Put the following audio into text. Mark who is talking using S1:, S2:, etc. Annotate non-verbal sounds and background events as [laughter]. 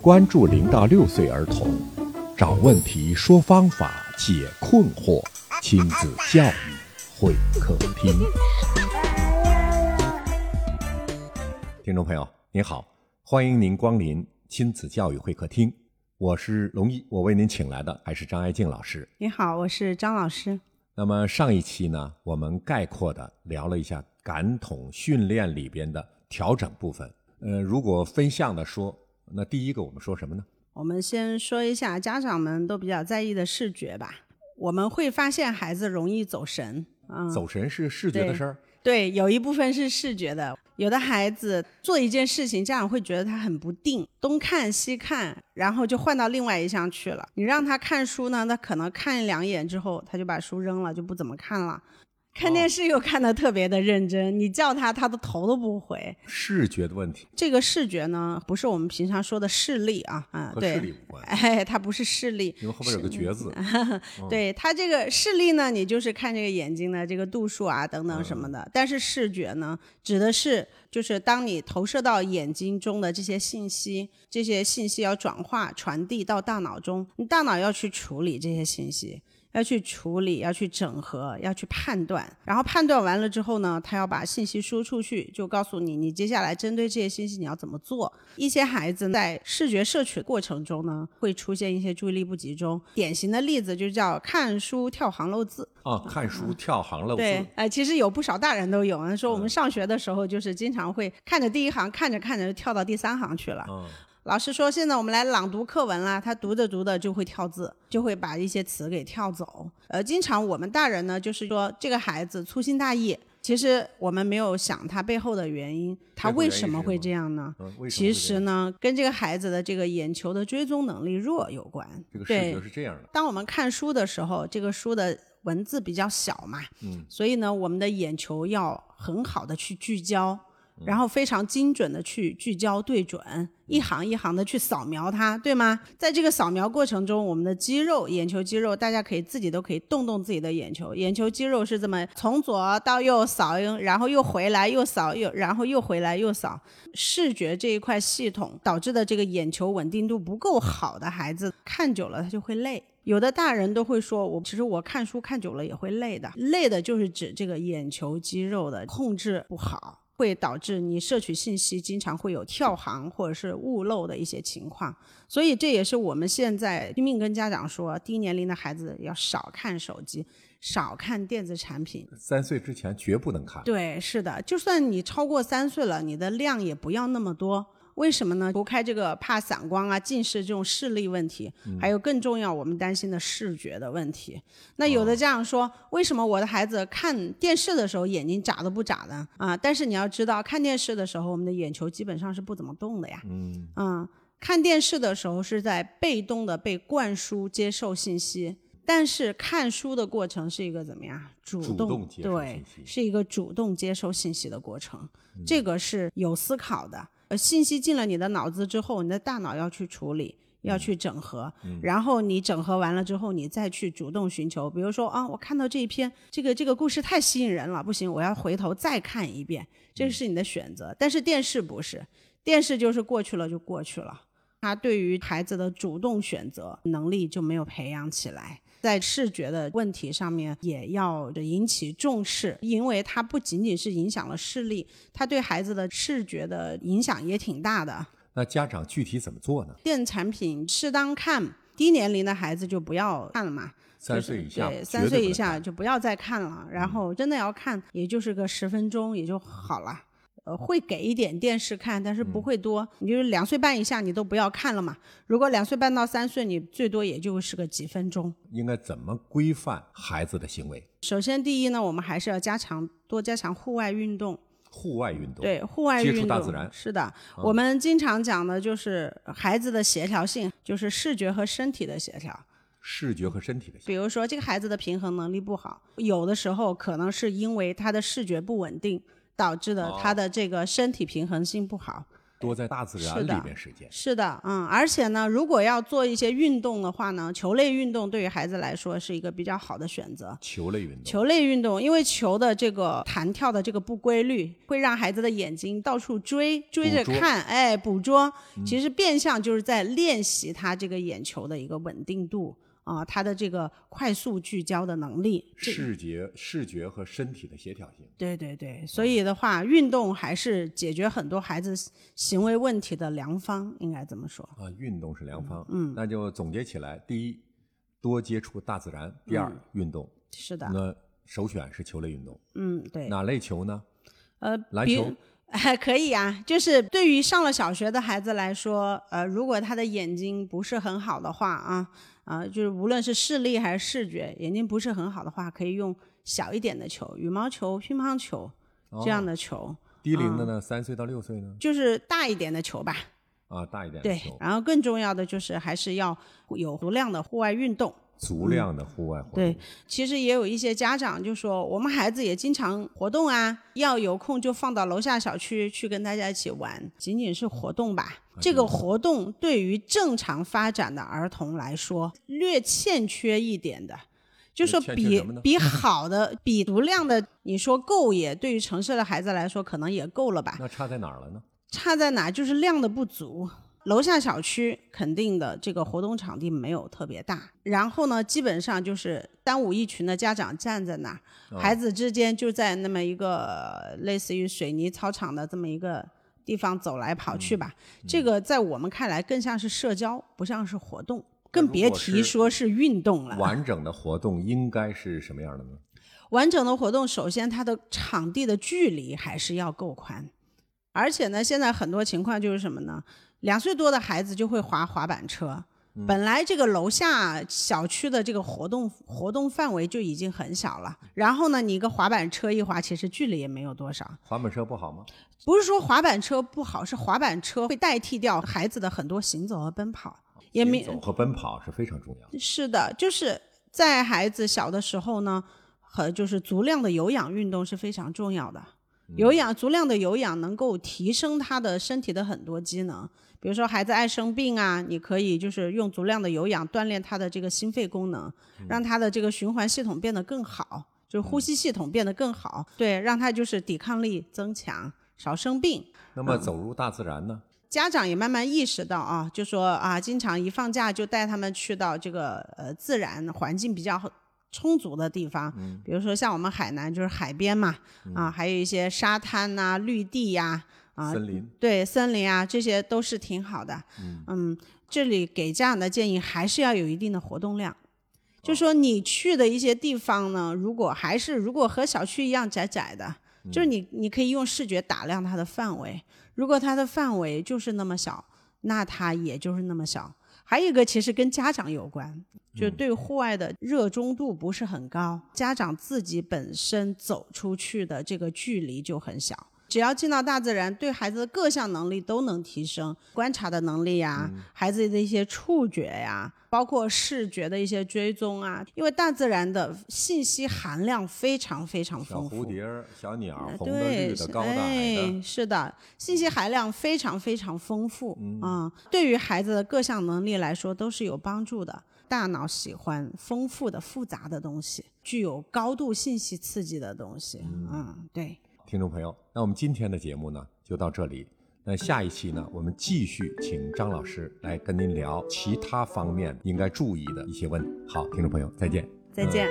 S1: 关注零到六岁儿童，找问题、说方法、解困惑，亲子教育会客厅。听众朋友，您好，欢迎您光临亲子教育会客厅，我是龙毅，我为您请来的还是张爱静老师。
S2: 你好，我是张老师。
S1: 那么上一期呢，我们概括的聊了一下感统训练里边的调整部分。呃，如果分项的说，那第一个我们说什么呢？
S2: 我们先说一下家长们都比较在意的视觉吧。我们会发现孩子容易走神，嗯，
S1: 走神是视觉的事儿，
S2: 对，有一部分是视觉的。有的孩子做一件事情，家长会觉得他很不定，东看西看，然后就换到另外一项去了。你让他看书呢，他可能看两眼之后，他就把书扔了，就不怎么看了。看
S1: 哦
S2: 电视又看得特别的认真，你叫他，他的头都不回。
S1: 视觉的问题
S2: 这个视觉呢，不是我们平常说的视力啊，啊，
S1: 和
S2: 对，嗯
S1: 视力无关，
S2: 哎，它不是视力，
S1: 因为后边有个觉字，
S2: 对它这个视力呢，你就是看这个眼睛的这个度数啊等等什么的，但是视觉呢，指的是就是当你投射到眼睛中的这些信息，这些信息要转化传递到大脑中，你大脑要去处理这些信息。要去处理，要去整合，要去判断，然后判断完了之后呢，他要把信息输出去，就告诉你，你接下来针对这些信息你要怎么做。一些孩子在视觉摄取过程中呢，会出现一些注意力不集中，典型的例子就叫看书跳行漏字。
S1: 啊，看书跳行漏字，
S2: 嗯对，呃，其实有不少大人都有，啊
S1: 嗯
S2: 说我们上学的时候就是经常会看着第一行，看着看着就跳到第三行去了。
S1: 嗯
S2: 老师说现在我们来朗读课文啦，他读着读着就会跳字，就会把一些词给跳走。呃，经常我们大人呢，就是说这个孩子粗心大意，其实我们没有想他背后的原因，他
S1: 背后原
S2: 为
S1: 因
S2: 什么
S1: 是
S2: 会
S1: 什么
S2: 这样呢？
S1: 嗯，为什么
S2: 其
S1: 会这
S2: 实
S1: 样
S2: 呢，跟这个孩子的这个眼球的追踪能力弱有关。
S1: 这个视
S2: 对
S1: 觉，是这样的，
S2: 当我们看书的时候，这个书的文字比较小嘛，
S1: 嗯，
S2: 所以呢，我们的眼球要很好的去聚焦，
S1: 嗯
S2: 然后非常精准的去聚焦对准，一行一行的去扫描它，对吗？在这个扫描过程中，我们的肌肉，眼球肌肉，大家可以自己都可以动动自己的眼球，眼球肌肉是这么从左到右扫，然后又回来又扫，又然后又回来又扫，视觉这一块系统导致的这个眼球稳定度不够好的孩子，看久了他就会累。有的大人都会说，我其实我看书看久了也会累的，累的就是指这个眼球肌肉的控制不好，会导致你摄取信息经常会有跳行或者是误漏的一些情况。所以这也是我们现在拼命跟家长说，低年龄的孩子要少看手机，少看电子产品，
S1: 三岁之前绝不能看，
S2: 对，是的，就算你超过三岁了，你的量也不要那么多。为什么呢？除开这个怕散光啊、近视这种视力问题，还有更重要我们担心的视觉的问题。那有的家长说，为什么我的孩子看电视的时候眼睛眨都不眨呢？啊，但是你要知道，看电视的时候，我们的眼球基本上是不怎么动的呀。
S1: 嗯，
S2: 嗯，看电视的时候是在被动的被灌输接受信息，但是看书的过程是一个怎么样？主
S1: 主
S2: 动
S1: 动接受信
S2: 对
S1: 息，嗯
S2: 是一个主动接受信息的过程，这个是有思考的。呃，信息进了你的脑子之后，你的大脑要去处理。
S1: 嗯
S2: 要去整合，然后你整合完了之后，你再去主动寻求，比如说啊，我看到这一篇，这个这个故事太吸引人了，不行，我要回头再看一遍，
S1: 嗯
S2: 这是你的选择。但是电视不是，电视就是过去了就过去了，他对于孩子的主动选择能力就没有培养起来。在视觉的问题上面也要引起重视，因为它不仅仅是影响了视力，它对孩子的视觉的影响也挺大的。
S1: 那家长具体怎么做呢？
S2: 电子产品适当看，低年龄的孩子就不要看了嘛，
S1: 三岁以下，
S2: 对，
S1: 绝
S2: 三岁
S1: 不
S2: 以
S1: 能
S2: 下
S1: 看，嗯
S2: 就不要再看了。然后真的要看，也就是个十分钟也就好了。呃，会给一点电视看，但是
S1: 嗯
S2: 不会多。你就是两岁半以下，你都不要看了嘛。如果两岁半到三岁，你最多也就是个几分钟。
S1: 应该怎么规范孩子的行为？
S2: 首先，第一呢，我们还是要加强多加强户外运动。
S1: 户外运动，，
S2: 对，户外
S1: 接
S2: 运
S1: 触
S2: 动
S1: 大自然嗯
S2: 是的，我们经常讲的就是孩子的协调性，就是视觉和身体的协调。
S1: 视觉和身体的行为
S2: 比如说，这个孩子的平衡能力不好，有的时候可能
S1: 哦
S2: 是因为他的视觉不稳定导致的，他的这个身体平衡性不好。
S1: 多在大自然
S2: 是的
S1: 里面实践。
S2: 是的，嗯，而且呢，如果要做一些运动的话呢，球类运动对于孩子来说是一个比较好的选择。
S1: 球类运动，
S2: 球类运动，因为球的这个弹跳的这个不规律，会让孩子的眼睛到处追，追着
S1: 捕捉嗯
S2: 看，哎，捕捉，其实变相就是在练习他这个眼球的一个稳定度啊、他的这个快速聚焦的能力。这
S1: 视觉、视觉和身体的协调性。
S2: 对对对，所以的话，运动还是解决很多孩子行为问题的良方，应该这么说。
S1: 啊，运动是良方。嗯，那就总结起来，第一，多接触大自然；第
S2: 嗯
S1: 二，运动。
S2: 是的，
S1: 那首选是球类运动，
S2: 嗯，对。
S1: 哪类球呢？
S2: 呃，
S1: 篮
S2: 比
S1: 球
S2: [laughs] 可以啊，就是对于上了小学的孩子来说，呃，如果他的眼睛不是很好的话啊，啊、就是无论是视力还是视觉，眼睛不是很好的话，可以用小一点的球，羽毛球、乒乓球这样的球，
S1: 低龄
S2: 嗯
S1: 的呢，三岁到六岁呢？
S2: 就是大一点的球吧。
S1: 啊，大一点的
S2: 对
S1: 球，，
S2: 然后更重要的就是还是要有足量的户外运动。
S1: 足量的户外活动。
S2: 嗯对，其实也有一些家长就说，我们孩子也经常活动啊，要有空就放到楼下小区去跟大家一起玩，仅仅
S1: 嗯
S2: 是活动吧。
S1: 啊
S2: 这个活动对于正常发展的儿童来说，略欠缺一点的。就说
S1: 欠缺
S2: 比
S1: 什么呢
S2: 比好的、比足量的，你说够也，对于城市的孩子来说，可能也够了吧。
S1: 那差在哪儿了
S2: [laughs]
S1: 呢？
S2: 差在哪？就是量的不足。楼下小区肯定的这个活动场地没有特别大，然后呢，基本上就是三五一群的家长站在那儿，孩子之间就在那么一个呃类似于水泥操场的这么一个地方走来跑去吧。这个在我们看来更像是社交，不像是活动，更别提说是运动了。
S1: 完整的活动应该是什么样的呢？
S2: 完整的活动，首先它的场地的距离还是要够宽，而且呢，现在很多情况就是什么呢？两岁多的孩子就会滑滑板车，
S1: 嗯
S2: 本来这个楼下小区的这个活动活动范围就已经很小了，然后呢，你一个滑板车一滑，其实距离也没有多少。
S1: 滑板车不好吗？
S2: 不是说滑板车不好，是滑板车会代替掉孩子的很多行走和奔跑，也没
S1: 行走和奔跑是非常重要的。
S2: 是的，就是在孩子小的时候呢，和就是足量的有氧运动是非常重要的。有氧足量的有氧能够提升他的身体的很多机能，比如说孩子爱生病啊，你可以就是用足量的有氧锻炼他的这个心肺功能，让他的这个循环系统变得更好，就是呼吸系统变得更好，对，让他就是抵抗力增强，少生病。
S1: 那
S2: 嗯
S1: 么走入大自然呢？
S2: 家长也慢慢意识到啊，就说啊，经常一放假就带他们去到这个呃自然环境比较充足的地方，比如说像我们海南就是海边嘛，啊，还有一些沙滩呐、绿地呀、啊，
S1: 森林
S2: 对，森林啊，这些都是挺好的。嗯这里给家长的建议还是要有一定的活动量。就说你去的一些地方呢，如果还是如果和小区一样窄窄的，
S1: 嗯
S2: 就是你你可以用视觉打量它的范围。如果它的范围就是那么小，那它也就是那么小。还有一个其实跟家长有关，就
S1: 嗯
S2: 对户外的热衷度不是很高，家长自己本身走出去的这个距离就很小。只要进到大自然，对孩子的各项能力都能提升，观察的能力呀、
S1: 嗯
S2: 孩子的一些触觉呀、包括视觉的一些追踪啊，因为大自然的信息含量非常非常
S1: 小
S2: 丰富。
S1: 蝴蝶儿、小鸟儿，
S2: 呃
S1: 红的、
S2: 对
S1: 绿的、
S2: 是
S1: 高的、矮的，
S2: 哎，是的，信息含量非常非常丰富啊、
S1: 嗯
S2: 对于孩子的各项能力来说都是有帮助的。大脑喜欢丰富的、复杂的东西，具有高度信息刺激的东西。嗯，对，
S1: 听众朋友，那我们今天的节目呢就到这里。那下一期呢，我们继续请张老师来跟您聊其他方面应该注意的一些问题。好，听众朋友，再见。
S2: 再见。